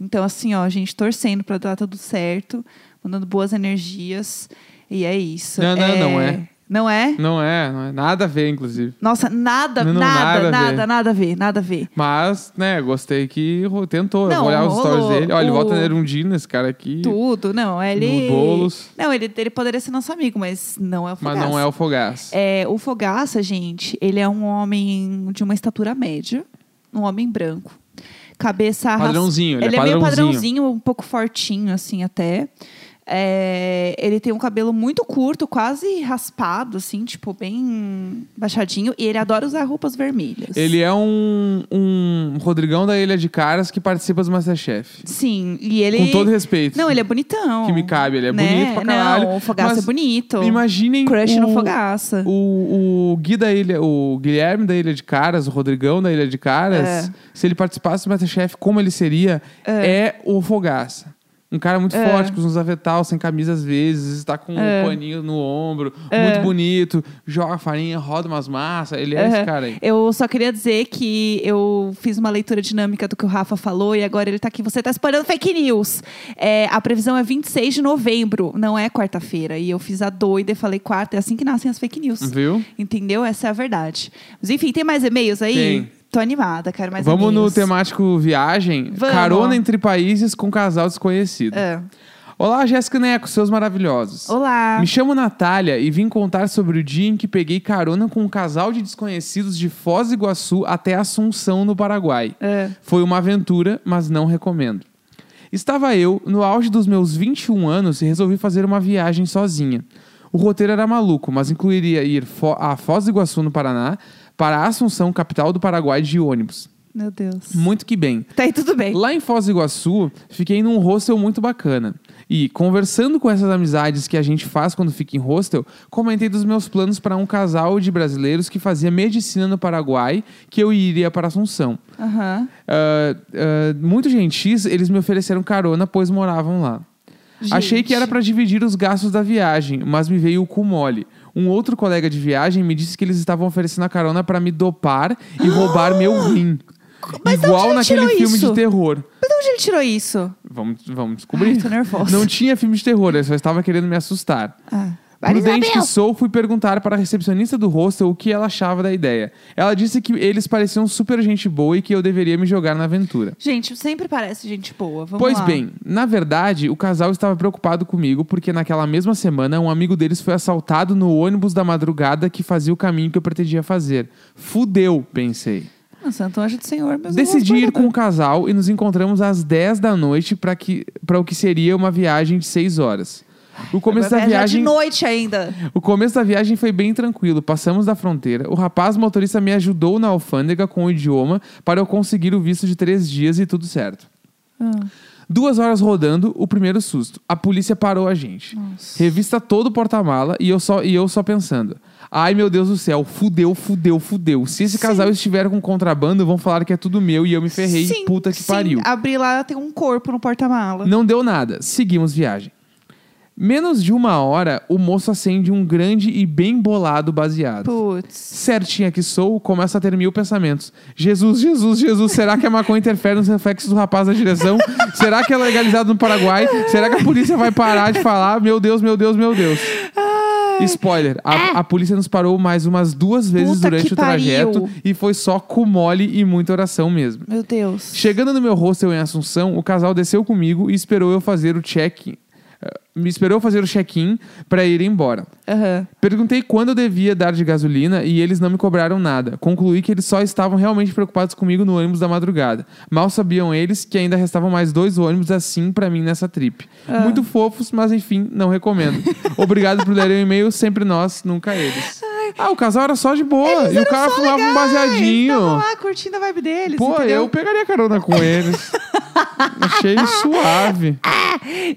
[SPEAKER 2] Então, assim, ó, a gente torcendo para dar tudo certo, mandando boas energias. E é isso.
[SPEAKER 1] Não, não, não é.
[SPEAKER 2] Não é?
[SPEAKER 1] Não é, não é. Nada a ver, inclusive.
[SPEAKER 2] Nossa, nada,
[SPEAKER 1] Não, não,
[SPEAKER 2] nada,
[SPEAKER 1] nada a ver.
[SPEAKER 2] nada, nada a ver, nada a ver.
[SPEAKER 1] Mas, né, gostei que ro- tentou. Eu
[SPEAKER 2] Não,
[SPEAKER 1] vou olhar os
[SPEAKER 2] rolou.
[SPEAKER 1] stories dele. Olha, ele
[SPEAKER 2] O-
[SPEAKER 1] volta a Erundina, esse cara aqui.
[SPEAKER 2] Tudo, não. é
[SPEAKER 1] No
[SPEAKER 2] Ele.
[SPEAKER 1] Boulos.
[SPEAKER 2] Não, ele, ele poderia ser nosso amigo, mas não é o
[SPEAKER 1] Mas
[SPEAKER 2] Fogaça.
[SPEAKER 1] não é o Fogás.
[SPEAKER 2] É, o Fogaça, gente, ele é um homem de uma estatura média, um homem branco. Cabeça ras-
[SPEAKER 1] Padrãozinho, ele é
[SPEAKER 2] é meio
[SPEAKER 1] padrãozinho.
[SPEAKER 2] padrãozinho, um pouco fortinho, assim, até. É, ele tem um cabelo muito curto, quase raspado, assim, tipo, bem baixadinho. E ele adora usar roupas vermelhas.
[SPEAKER 1] Ele é um, um Rodrigão da Ilha de Caras que participa do Masterchef.
[SPEAKER 2] Sim, e ele...
[SPEAKER 1] Com todo respeito.
[SPEAKER 2] Não, ele é bonitão.
[SPEAKER 1] Que me cabe, ele é
[SPEAKER 2] né?
[SPEAKER 1] bonito pra caralho,
[SPEAKER 2] Não, o Fogaça
[SPEAKER 1] mas
[SPEAKER 2] é bonito.
[SPEAKER 1] Imaginem
[SPEAKER 2] Crush
[SPEAKER 1] o,
[SPEAKER 2] no Fogaça.
[SPEAKER 1] O, o Gui da Ilha, o Guilherme da Ilha de Caras, o Rodrigão da Ilha de Caras,
[SPEAKER 2] É.
[SPEAKER 1] se ele participasse do Masterchef, como ele seria, é, o Fogaça. Um cara muito
[SPEAKER 2] É.
[SPEAKER 1] forte, com os uns avetal, sem camisa às vezes, está com um paninho no ombro,
[SPEAKER 2] É.
[SPEAKER 1] muito bonito, joga farinha, roda umas massas. Ele é esse
[SPEAKER 2] Aham.
[SPEAKER 1] cara aí.
[SPEAKER 2] Eu só queria dizer que eu fiz uma leitura dinâmica do que o Rafa falou e agora ele tá aqui. Você tá espalhando fake news. É, a previsão é 26 de novembro, não é quarta-feira. E eu fiz a doida e falei quarta. É assim que nascem as fake news.
[SPEAKER 1] Viu?
[SPEAKER 2] Entendeu? Essa é a verdade. Mas enfim, tem mais e-mails aí?
[SPEAKER 1] Tem.
[SPEAKER 2] Tô animada, quero mais
[SPEAKER 1] Vamos no
[SPEAKER 2] e-mails.
[SPEAKER 1] temático viagem.
[SPEAKER 2] Vamos.
[SPEAKER 1] Carona entre países com casal desconhecido.
[SPEAKER 2] É.
[SPEAKER 1] Olá, Jéssica e Neco, seus maravilhosos.
[SPEAKER 2] Olá.
[SPEAKER 1] Me chamo Natália e vim contar sobre o dia em que peguei carona com um casal de desconhecidos de Foz do Iguaçu até Assunção, no Paraguai.
[SPEAKER 2] É.
[SPEAKER 1] Foi uma aventura, mas não recomendo. Estava eu, no auge dos meus 21 anos, e resolvi fazer uma viagem sozinha. O roteiro era maluco, mas incluiria ir fo- a Foz do Iguaçu, no Paraná, para Assunção, capital do Paraguai, de ônibus.
[SPEAKER 2] Meu Deus.
[SPEAKER 1] Muito que bem.
[SPEAKER 2] Tá aí tudo bem.
[SPEAKER 1] Lá em Foz do Iguaçu, fiquei num hostel muito bacana. E, conversando com essas amizades que a gente faz quando fica em hostel, comentei dos meus planos para um casal de brasileiros que fazia medicina no Paraguai, que eu iria para Assunção.
[SPEAKER 2] Aham.
[SPEAKER 1] Ah, ah, muito gentis, eles me ofereceram carona, pois moravam lá.
[SPEAKER 2] Gente.
[SPEAKER 1] Achei que era para dividir os gastos da viagem, mas me veio o cu mole. Um outro colega de viagem me disse que eles estavam oferecendo a carona para me dopar e roubar meu rim.
[SPEAKER 2] Ah! Mas de onde
[SPEAKER 1] Igual
[SPEAKER 2] ele
[SPEAKER 1] naquele
[SPEAKER 2] tirou
[SPEAKER 1] filme
[SPEAKER 2] isso?
[SPEAKER 1] de terror.
[SPEAKER 2] Mas de onde ele tirou isso?
[SPEAKER 1] Vamos, vamos descobrir.
[SPEAKER 2] Ai, tô nervosa.
[SPEAKER 1] Não tinha filme de terror, eu só estava querendo me assustar.
[SPEAKER 2] Ah.
[SPEAKER 1] Prudente que
[SPEAKER 2] Isabel.
[SPEAKER 1] sou, fui perguntar para a recepcionista do hostel o que ela achava da ideia. Ela disse que eles pareciam super gente boa e que eu deveria me jogar na aventura.
[SPEAKER 2] Gente, sempre parece gente boa. Vamos
[SPEAKER 1] Pois
[SPEAKER 2] lá.
[SPEAKER 1] bem, na verdade, o casal estava preocupado comigo porque naquela mesma semana um amigo deles foi assaltado no ônibus da madrugada que fazia o caminho que eu pretendia fazer. Fudeu, pensei.
[SPEAKER 2] Ah, Santo Anjo do Senhor, meus
[SPEAKER 1] Decidi
[SPEAKER 2] irmãos,
[SPEAKER 1] ir com o casal e nos encontramos às 10 da noite para que, pra o que seria uma viagem de 6 horas. O começo
[SPEAKER 2] Agora
[SPEAKER 1] da
[SPEAKER 2] vai viajar
[SPEAKER 1] viagem
[SPEAKER 2] é, de noite ainda.
[SPEAKER 1] o começo da viagem foi bem tranquilo. Passamos da fronteira. O rapaz motorista me ajudou na alfândega com o idioma para eu conseguir o visto de três dias e tudo certo.
[SPEAKER 2] Ah.
[SPEAKER 1] Duas horas rodando, o primeiro susto. A polícia parou a gente.
[SPEAKER 2] Nossa.
[SPEAKER 1] Revista todo o porta-mala e eu, só, e eu só pensando. Ai, meu Deus do céu, fudeu, fudeu, fudeu. Se esse casal estiver com contrabando, vão falar que é tudo meu e eu me ferrei.
[SPEAKER 2] Sim,
[SPEAKER 1] puta que
[SPEAKER 2] sim.
[SPEAKER 1] pariu.
[SPEAKER 2] Abri lá, tem um corpo no porta-mala.
[SPEAKER 1] Não deu nada, seguimos viagem. Menos de uma hora, o moço acende um grande e bem bolado baseado.
[SPEAKER 2] Putz.
[SPEAKER 1] Certinha que sou, começa a ter mil pensamentos. Jesus, Jesus, Jesus, será que a maconha interfere nos reflexos do rapaz da direção? será que é legalizado no Paraguai? Será que a polícia vai parar de falar? Meu Deus, meu Deus, meu Deus. Spoiler, a, a polícia nos parou mais umas duas vezes
[SPEAKER 2] É. Puta
[SPEAKER 1] durante
[SPEAKER 2] que
[SPEAKER 1] o trajeto
[SPEAKER 2] pariu.
[SPEAKER 1] e foi só cu mole e muita oração mesmo.
[SPEAKER 2] Meu Deus.
[SPEAKER 1] Chegando no meu hostel em Assunção, o casal desceu comigo e esperou eu fazer o check-in. eh, Me esperou eu fazer o check-in para ir embora.
[SPEAKER 2] Aham.
[SPEAKER 1] Perguntei quando eu devia dar de gasolina e eles não me cobraram nada. Concluí que eles só estavam realmente preocupados comigo no ônibus da madrugada. Mal sabiam eles que ainda restavam mais dois ônibus assim pra mim nessa trip. Muito fofos, mas enfim, não recomendo. Obrigado por darem o e-mail, sempre nós, nunca eles. Ah, o casal era só de boa. e o cara fumava um
[SPEAKER 2] Ai,
[SPEAKER 1] baseadinho.
[SPEAKER 2] tava lá curtindo a vibe deles,
[SPEAKER 1] Pô,
[SPEAKER 2] entendeu? <laughs>
[SPEAKER 1] eu pegaria carona com eles. Achei suave.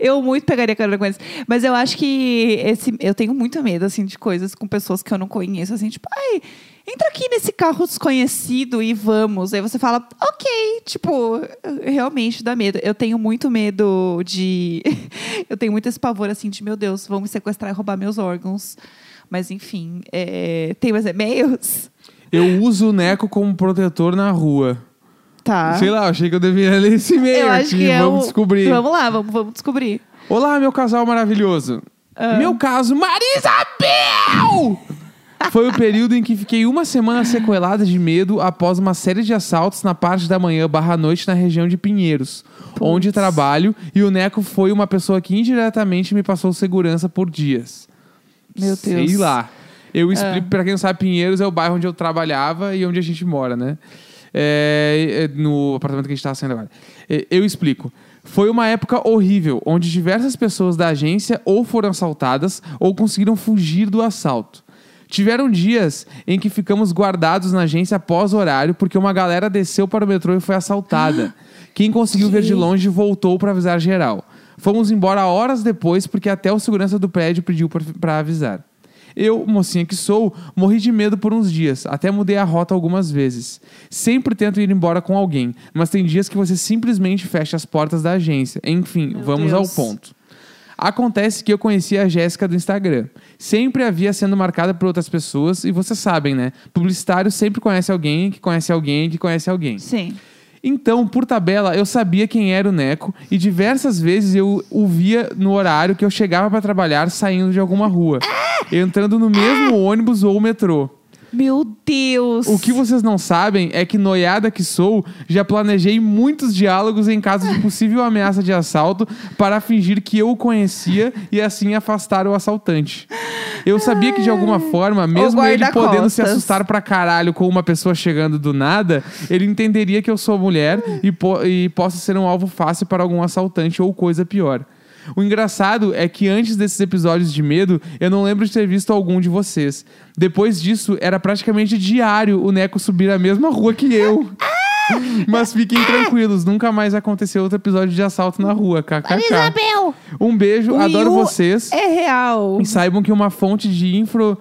[SPEAKER 2] Eu muito pegaria carona com eles. Mas eu acho que esse, eu tenho muito medo, assim, de coisas com pessoas que eu não conheço. Assim, tipo, ai, entra aqui nesse carro desconhecido e vamos. Aí você fala, ok. Tipo, realmente dá medo. Eu tenho muito medo de... <laughs> eu tenho muito esse pavor, assim, de, meu Deus, vão me sequestrar e roubar meus órgãos. Mas, enfim, é, tem mais e-mails?
[SPEAKER 1] Eu uso o Neco como protetor na rua.
[SPEAKER 2] Tá.
[SPEAKER 1] Sei lá, achei que eu devia ler esse e-mail
[SPEAKER 2] eu acho
[SPEAKER 1] aqui.
[SPEAKER 2] que é
[SPEAKER 1] vamos
[SPEAKER 2] o-
[SPEAKER 1] descobrir.
[SPEAKER 2] Vamos lá, vamos, vamos descobrir.
[SPEAKER 1] Olá, meu casal maravilhoso.
[SPEAKER 2] Ah.
[SPEAKER 1] Meu caso, Marisabel! Foi o período em que fiquei uma semana sequelada de medo após uma série de assaltos na parte da manhã barra noite na região de Pinheiros, onde trabalho, e o Neco foi uma pessoa que indiretamente me passou segurança por dias.
[SPEAKER 2] Meu Deus. É.
[SPEAKER 1] Sei lá. Eu explico, pra quem não sabe, Pinheiros é o bairro onde eu trabalhava e onde a gente mora, né? É, é, no apartamento que a gente tá saindo agora. É, eu explico. Foi uma época horrível, onde diversas pessoas da agência ou foram assaltadas ou conseguiram fugir do assalto. Tiveram dias em que ficamos guardados na agência após horário, porque uma galera desceu para o metrô e foi
[SPEAKER 2] <gasps>
[SPEAKER 1] assaltada. Quem conseguiu ver de longe voltou para avisar geral. Fomos embora horas depois, porque até o segurança do prédio pediu para avisar. Eu, mocinha que sou, morri de medo por uns dias, até mudei a rota algumas vezes. Sempre tento ir embora com alguém, mas tem dias que você simplesmente fecha as portas da agência. Enfim,
[SPEAKER 2] Meu
[SPEAKER 1] vamos
[SPEAKER 2] Deus.
[SPEAKER 1] ao ponto. Acontece que eu conheci a Jéssica do Instagram. Sempre havia sendo marcada por outras pessoas, e vocês sabem, né? Publicitário sempre conhece alguém que conhece alguém que conhece alguém.
[SPEAKER 2] Sim.
[SPEAKER 1] Então, por tabela, eu sabia quem era o Neco e diversas vezes eu o via no horário que eu chegava para trabalhar saindo de alguma rua, entrando no mesmo ônibus ou metrô.
[SPEAKER 2] Meu Deus.
[SPEAKER 1] O que vocês não sabem é que, noiada que sou, já planejei muitos diálogos em caso de possível ameaça de assalto para fingir que eu o conhecia e assim afastar o assaltante. Eu sabia que, de alguma forma, mesmo ele
[SPEAKER 2] guarda-costas.
[SPEAKER 1] podendo se assustar pra caralho com uma pessoa chegando do nada, ele entenderia que eu sou mulher e, po e posso ser um alvo fácil para algum assaltante ou coisa pior. O engraçado é que antes desses episódios de medo, eu não lembro de ter visto algum de vocês. Depois disso, era praticamente diário o Neco subir a mesma rua que
[SPEAKER 2] <laughs>
[SPEAKER 1] eu. Mas
[SPEAKER 2] Ah!
[SPEAKER 1] fiquem tranquilos, nunca mais aconteceu outro episódio de assalto na rua, kkk.
[SPEAKER 2] Isabel.
[SPEAKER 1] Um beijo,
[SPEAKER 2] O
[SPEAKER 1] adoro
[SPEAKER 2] Yu
[SPEAKER 1] vocês.
[SPEAKER 2] É real.
[SPEAKER 1] E saibam que uma fonte de infro...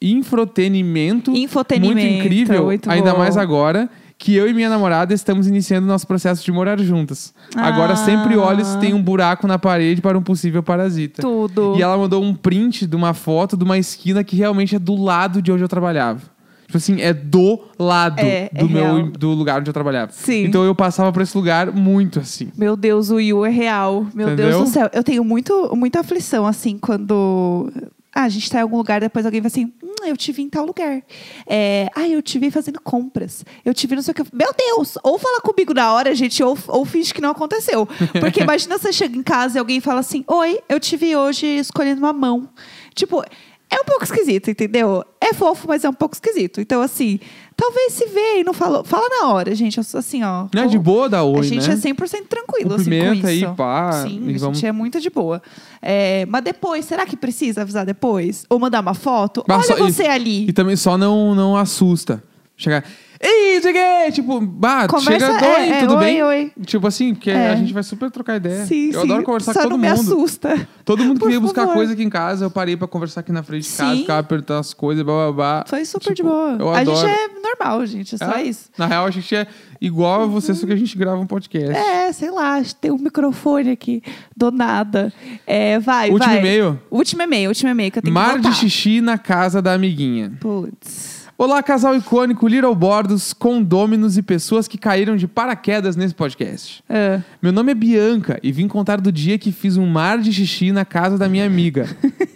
[SPEAKER 1] infrotenimento
[SPEAKER 2] Infotenimento.
[SPEAKER 1] é muito incrível,
[SPEAKER 2] muito
[SPEAKER 1] ainda
[SPEAKER 2] bom.
[SPEAKER 1] mais agora, que eu e minha namorada estamos iniciando nosso processo de morar juntas.
[SPEAKER 2] Ah.
[SPEAKER 1] Agora sempre olho se tem um buraco na parede para um possível parasita.
[SPEAKER 2] Tudo.
[SPEAKER 1] E ela mandou um print de uma foto de uma esquina que realmente é do lado de onde eu trabalhava. Tipo assim, é do lado
[SPEAKER 2] É, é
[SPEAKER 1] do meu
[SPEAKER 2] real.
[SPEAKER 1] do lugar onde eu trabalhava.
[SPEAKER 2] Sim.
[SPEAKER 1] Então eu passava por esse lugar muito assim.
[SPEAKER 2] Meu Deus, o Yu é real. Meu
[SPEAKER 1] Entendeu?
[SPEAKER 2] Deus do céu. Eu tenho muito, muita aflição, assim, quando. Ah, a gente tá em algum lugar, depois alguém vai assim, hum, eu te vi em tal lugar. É, ah, eu te vi fazendo compras. Eu te vi não sei o que. Meu Deus! Ou fala comigo na hora, gente, ou, ou finge que não aconteceu. Porque imagina você chega em casa e alguém fala assim, oi, eu te vi hoje escolhendo uma mão. Tipo, é um pouco esquisito, entendeu? É fofo, mas é um pouco esquisito. Então, assim, talvez se vê e não falou. Fala na hora, gente. Eu sou assim, ó.
[SPEAKER 1] Não é de
[SPEAKER 2] Ou-
[SPEAKER 1] boa da oi,
[SPEAKER 2] a gente
[SPEAKER 1] né?
[SPEAKER 2] é 100% tranquilo assim, com isso.
[SPEAKER 1] Cumprimenta aí, pá,
[SPEAKER 2] Sim,
[SPEAKER 1] e
[SPEAKER 2] a
[SPEAKER 1] vamos-
[SPEAKER 2] gente é muito de boa. É, mas depois, será que precisa avisar depois? Ou mandar uma foto?
[SPEAKER 1] Mas
[SPEAKER 2] Olha
[SPEAKER 1] só-
[SPEAKER 2] você
[SPEAKER 1] e,
[SPEAKER 2] ali.
[SPEAKER 1] E também só não, não assusta. Chegar. Ei, cheguei! Tipo, bah,
[SPEAKER 2] Conversa-
[SPEAKER 1] chega,
[SPEAKER 2] é,
[SPEAKER 1] oi,
[SPEAKER 2] é,
[SPEAKER 1] tudo
[SPEAKER 2] oi,
[SPEAKER 1] bem?
[SPEAKER 2] oi.
[SPEAKER 1] Tipo assim, porque
[SPEAKER 2] É.
[SPEAKER 1] a gente vai super trocar ideia.
[SPEAKER 2] sim,
[SPEAKER 1] é, eu
[SPEAKER 2] sim.
[SPEAKER 1] adoro conversar
[SPEAKER 2] Só
[SPEAKER 1] com todo
[SPEAKER 2] não
[SPEAKER 1] mundo.
[SPEAKER 2] me assusta.
[SPEAKER 1] Todo mundo que
[SPEAKER 2] Por
[SPEAKER 1] veio buscar
[SPEAKER 2] favor.
[SPEAKER 1] coisa aqui em casa, eu parei pra conversar aqui na frente de casa,
[SPEAKER 2] Sim.
[SPEAKER 1] ficava apertando as coisas, blá blá blá.
[SPEAKER 2] Foi super de
[SPEAKER 1] Tipo,
[SPEAKER 2] boa.
[SPEAKER 1] eu
[SPEAKER 2] A gente
[SPEAKER 1] adoro.
[SPEAKER 2] é normal, gente. É só
[SPEAKER 1] É,
[SPEAKER 2] isso. Uhum.
[SPEAKER 1] Na real, a gente é igual a você, só que a gente grava um podcast.
[SPEAKER 2] É, sei lá, acho que tem um microfone aqui do nada. É, vai,
[SPEAKER 1] Último
[SPEAKER 2] vai.
[SPEAKER 1] e-mail?
[SPEAKER 2] Último e-mail, último e-mail que eu tenho
[SPEAKER 1] Mar
[SPEAKER 2] que
[SPEAKER 1] de
[SPEAKER 2] voltar.
[SPEAKER 1] xixi na casa da amiguinha.
[SPEAKER 2] Putz.
[SPEAKER 1] Olá, casal icônico, Little Bordos, condôminos e pessoas que caíram de paraquedas nesse podcast.
[SPEAKER 2] É.
[SPEAKER 1] <laughs> Meu nome é Bianca e vim contar do dia que fiz um mar de xixi na casa da minha amiga,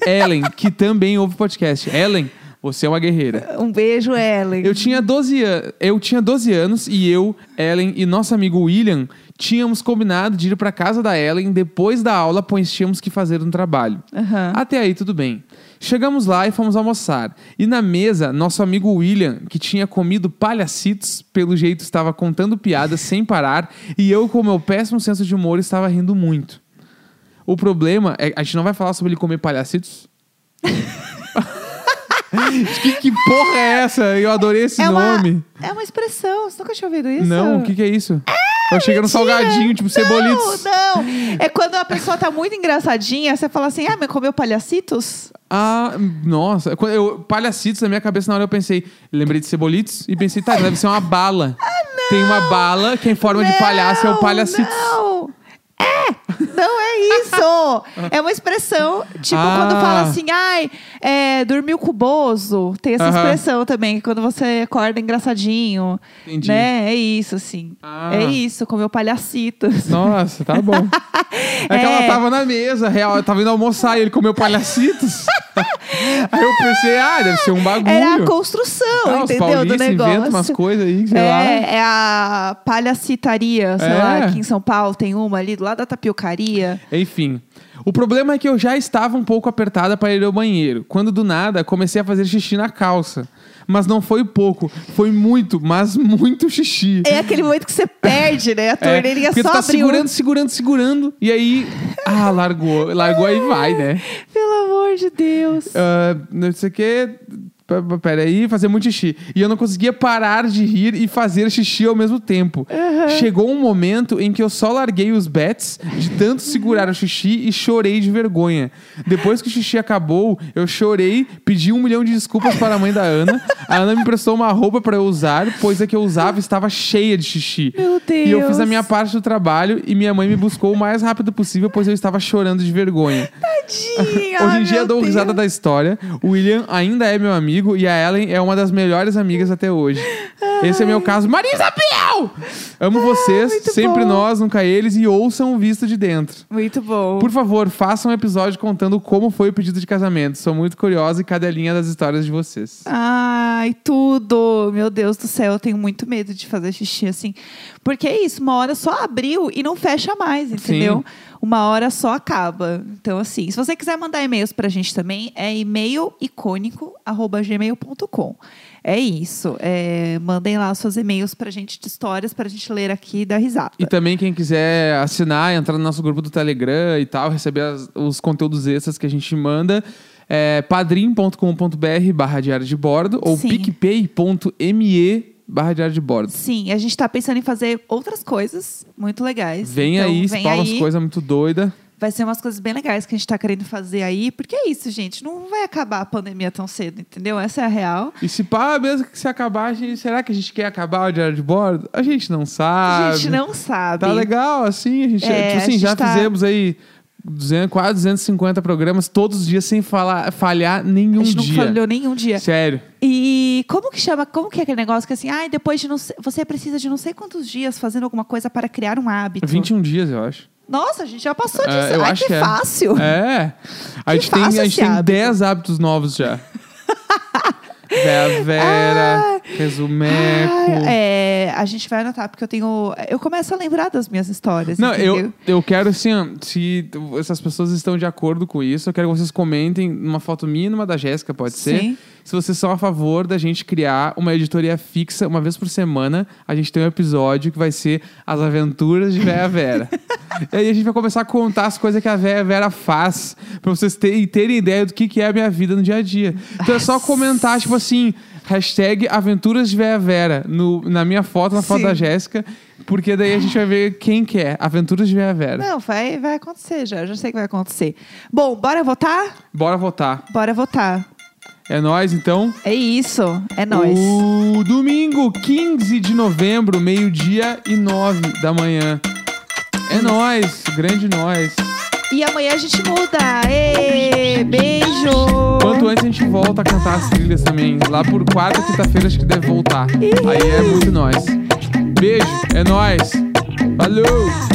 [SPEAKER 1] Ellen, que também ouve podcast. Ellen, você é uma guerreira.
[SPEAKER 2] Um beijo, Ellen.
[SPEAKER 1] Eu tinha 12 anos. Eu tinha 12 anos e eu, Ellen e nosso amigo William tínhamos combinado de ir para casa da Ellen depois da aula, pois tínhamos que fazer um trabalho.
[SPEAKER 2] Aham.
[SPEAKER 1] Até aí tudo bem. Chegamos lá e fomos almoçar. E na mesa, nosso amigo William, que tinha comido palhacitos, pelo jeito estava contando piadas sem parar, e eu, com meu péssimo senso de humor, estava rindo muito.
[SPEAKER 2] <laughs>
[SPEAKER 1] O problema é a gente não vai falar sobre ele comer palhacitos. que, que porra é essa? Eu adorei esse
[SPEAKER 2] é, uma,
[SPEAKER 1] nome.
[SPEAKER 2] é uma expressão. Você nunca tinha ouvido isso?
[SPEAKER 1] Não, o que, que é isso? eu cheguei no
[SPEAKER 2] Mentira!
[SPEAKER 1] salgadinho, tipo cebolitos.
[SPEAKER 2] Não, não. É quando a pessoa tá muito engraçadinha, você fala assim, ah, mas comeu palhacitos?
[SPEAKER 1] Ah, nossa. Quando Eu, palhacitos na minha cabeça, na hora eu pensei, lembrei de cebolitos e pensei, tá, deve ser uma bala. Ah, não. Tem uma bala que é em forma de palhaço, é o
[SPEAKER 2] Não,
[SPEAKER 1] palhacitos.
[SPEAKER 2] Não. É! Não é isso! é uma expressão, tipo
[SPEAKER 1] Ah.
[SPEAKER 2] quando fala assim, ai, é, dormiu com o Bozo. Tem essa
[SPEAKER 1] Aham.
[SPEAKER 2] expressão também, que quando você acorda engraçadinho.
[SPEAKER 1] Entendi.
[SPEAKER 2] Né? É isso, assim.
[SPEAKER 1] Ah.
[SPEAKER 2] É isso, comeu palhacitos.
[SPEAKER 1] Nossa, tá
[SPEAKER 2] <laughs>
[SPEAKER 1] bom. É que ela tava na mesa, real, eu tava indo almoçar e ele comeu
[SPEAKER 2] <laughs>
[SPEAKER 1] palhacitos. aí eu pensei, ah, deve ser um bagulho.
[SPEAKER 2] Era a construção,
[SPEAKER 1] ah, os
[SPEAKER 2] entendeu? Do
[SPEAKER 1] paulistas inventam
[SPEAKER 2] negócio.
[SPEAKER 1] umas coisas aí, sei
[SPEAKER 2] é,
[SPEAKER 1] lá.
[SPEAKER 2] é a palhacitaria, sei
[SPEAKER 1] É.
[SPEAKER 2] lá, aqui em São Paulo tem uma ali, do lado da tapiocaria.
[SPEAKER 1] Enfim. O problema é que eu já estava um pouco apertada para ir ao banheiro, quando do nada comecei a fazer xixi na calça. Mas não foi pouco, foi muito, mas muito xixi.
[SPEAKER 2] É aquele momento que você perde, né? A
[SPEAKER 1] É,
[SPEAKER 2] torneirinha
[SPEAKER 1] porque
[SPEAKER 2] só
[SPEAKER 1] tu tá
[SPEAKER 2] abriu.
[SPEAKER 1] segurando, segurando, segurando. E aí, ah, largou. Largou aí vai, né?
[SPEAKER 2] Pelo amor de Deus.
[SPEAKER 1] Ah, não sei o que. Peraí, fazer muito xixi. E eu não conseguia parar de rir e fazer xixi ao mesmo tempo. Chegou um momento em que eu só larguei os bets de tanto segurar o xixi e chorei de vergonha. Depois que o xixi acabou, eu chorei, pedi um milhão de desculpas para a mãe da Ana. A Ana me emprestou uma roupa para eu usar, pois a que eu usava estava cheia de xixi.
[SPEAKER 2] Meu
[SPEAKER 1] E eu fiz a
[SPEAKER 2] Deus.
[SPEAKER 1] minha parte do trabalho e minha mãe me buscou o mais rápido possível, pois eu estava chorando de vergonha.
[SPEAKER 2] Tadinha.
[SPEAKER 1] Hoje
[SPEAKER 2] ai,
[SPEAKER 1] em dia eu
[SPEAKER 2] meu
[SPEAKER 1] dou
[SPEAKER 2] Deus.
[SPEAKER 1] risada da história. O William ainda é meu amigo e a Ellen é uma das melhores amigas até hoje. Esse é meu caso. Maria Isabel! Amo vocês,
[SPEAKER 2] Ah, muito
[SPEAKER 1] sempre
[SPEAKER 2] bom.
[SPEAKER 1] nós, nunca eles, e ouçam o visto de dentro.
[SPEAKER 2] Muito bom.
[SPEAKER 1] Por favor, façam um episódio contando como foi o pedido de casamento. Sou muito curiosa e cadelinha das histórias de vocês.
[SPEAKER 2] Ai, tudo. Meu Deus do céu, eu tenho muito medo de fazer xixi assim. Porque é isso, uma hora só abriu e não fecha mais, entendeu? Uma hora só acaba. Então, assim, se você quiser mandar e-mails pra gente também, é e-mailicônico.gmail.com. É isso. É, mandem lá os seus e-mails pra gente de histórias, pra gente ler aqui e dar risada.
[SPEAKER 1] E também quem quiser assinar, entrar no nosso grupo do Telegram e tal, receber as- os conteúdos extras que a gente manda, é padrim.com.br barra diário de bordo ou
[SPEAKER 2] Sim.
[SPEAKER 1] picpay.me barra diário de bordo.
[SPEAKER 2] Sim, a gente tá pensando em fazer outras coisas muito legais.
[SPEAKER 1] Vem
[SPEAKER 2] Então,
[SPEAKER 1] aí, se
[SPEAKER 2] vem
[SPEAKER 1] fala umas
[SPEAKER 2] aí.
[SPEAKER 1] coisas muito doidas.
[SPEAKER 2] Vai ser umas coisas bem legais que a gente tá querendo fazer aí, porque é isso, gente. Não vai acabar a pandemia tão cedo, entendeu? Essa é a real.
[SPEAKER 1] E se pá, mesmo que se acabar, a gente- será que a gente quer acabar o diário de bordo? A gente não sabe.
[SPEAKER 2] a gente não sabe.
[SPEAKER 1] Ah, Tá legal, assim, a gente,
[SPEAKER 2] É,
[SPEAKER 1] tipo
[SPEAKER 2] a
[SPEAKER 1] assim,
[SPEAKER 2] gente
[SPEAKER 1] já
[SPEAKER 2] tá-
[SPEAKER 1] fizemos aí 200, quase 250 programas todos os dias sem falar, falhar nenhum
[SPEAKER 2] a gente
[SPEAKER 1] dia.
[SPEAKER 2] não falhou nenhum dia.
[SPEAKER 1] Sério.
[SPEAKER 2] E como que chama? Como que é aquele negócio que assim, ai, depois de não sei, você precisa de não sei quantos dias fazendo alguma coisa para criar um hábito.
[SPEAKER 1] 21 dias, eu acho.
[SPEAKER 2] Nossa, a gente já passou
[SPEAKER 1] É,
[SPEAKER 2] disso.
[SPEAKER 1] eu
[SPEAKER 2] ai,
[SPEAKER 1] acho
[SPEAKER 2] que
[SPEAKER 1] que é.
[SPEAKER 2] fácil.
[SPEAKER 1] É. A
[SPEAKER 2] Que
[SPEAKER 1] gente tem,
[SPEAKER 2] fácil
[SPEAKER 1] a
[SPEAKER 2] esse
[SPEAKER 1] gente tem
[SPEAKER 2] hábito.
[SPEAKER 1] 10 hábitos novos
[SPEAKER 2] <laughs>
[SPEAKER 1] já. Vera, Vera, Resumeco.
[SPEAKER 2] Ah, é, a gente vai anotar, porque eu tenho. Eu começo a lembrar das minhas histórias.
[SPEAKER 1] Não,
[SPEAKER 2] entendeu?
[SPEAKER 1] eu, eu quero assim, ó, se essas pessoas estão de acordo com isso, eu quero que vocês comentem numa foto minha e numa da Jéssica, pode
[SPEAKER 2] Sim.
[SPEAKER 1] ser? Se vocês são a favor da gente criar uma editoria fixa, uma vez por semana, a gente tem um episódio que vai ser As Aventuras de Véia
[SPEAKER 2] <laughs>
[SPEAKER 1] Vera. e aí a gente vai começar a contar as coisas que a Véia Vera faz, pra vocês terem, terem ideia do que, que é a minha vida no dia a dia. Então é só comentar, tipo assim, hashtag Aventuras de Véia Vera no, na minha foto, na foto
[SPEAKER 2] Sim.
[SPEAKER 1] da Jéssica, porque daí a gente vai ver quem que é. Aventuras de Véia Vera.
[SPEAKER 2] Não, vai, vai acontecer já. Já sei que vai acontecer. Bom, bora votar?
[SPEAKER 1] Bora votar.
[SPEAKER 2] Bora votar.
[SPEAKER 1] É nóis, então.
[SPEAKER 2] É isso. É nóis.
[SPEAKER 1] O domingo, 15 de novembro, meio-dia e nove da manhã. É nóis, grande nóis.
[SPEAKER 2] E amanhã a gente muda. Ê, beijo.
[SPEAKER 1] Quanto antes a gente volta a cantar as trilhas também. Lá por quarta, quinta-feira, acho que deve voltar. Aí é muito nóis. Beijo, é nóis. Valeu!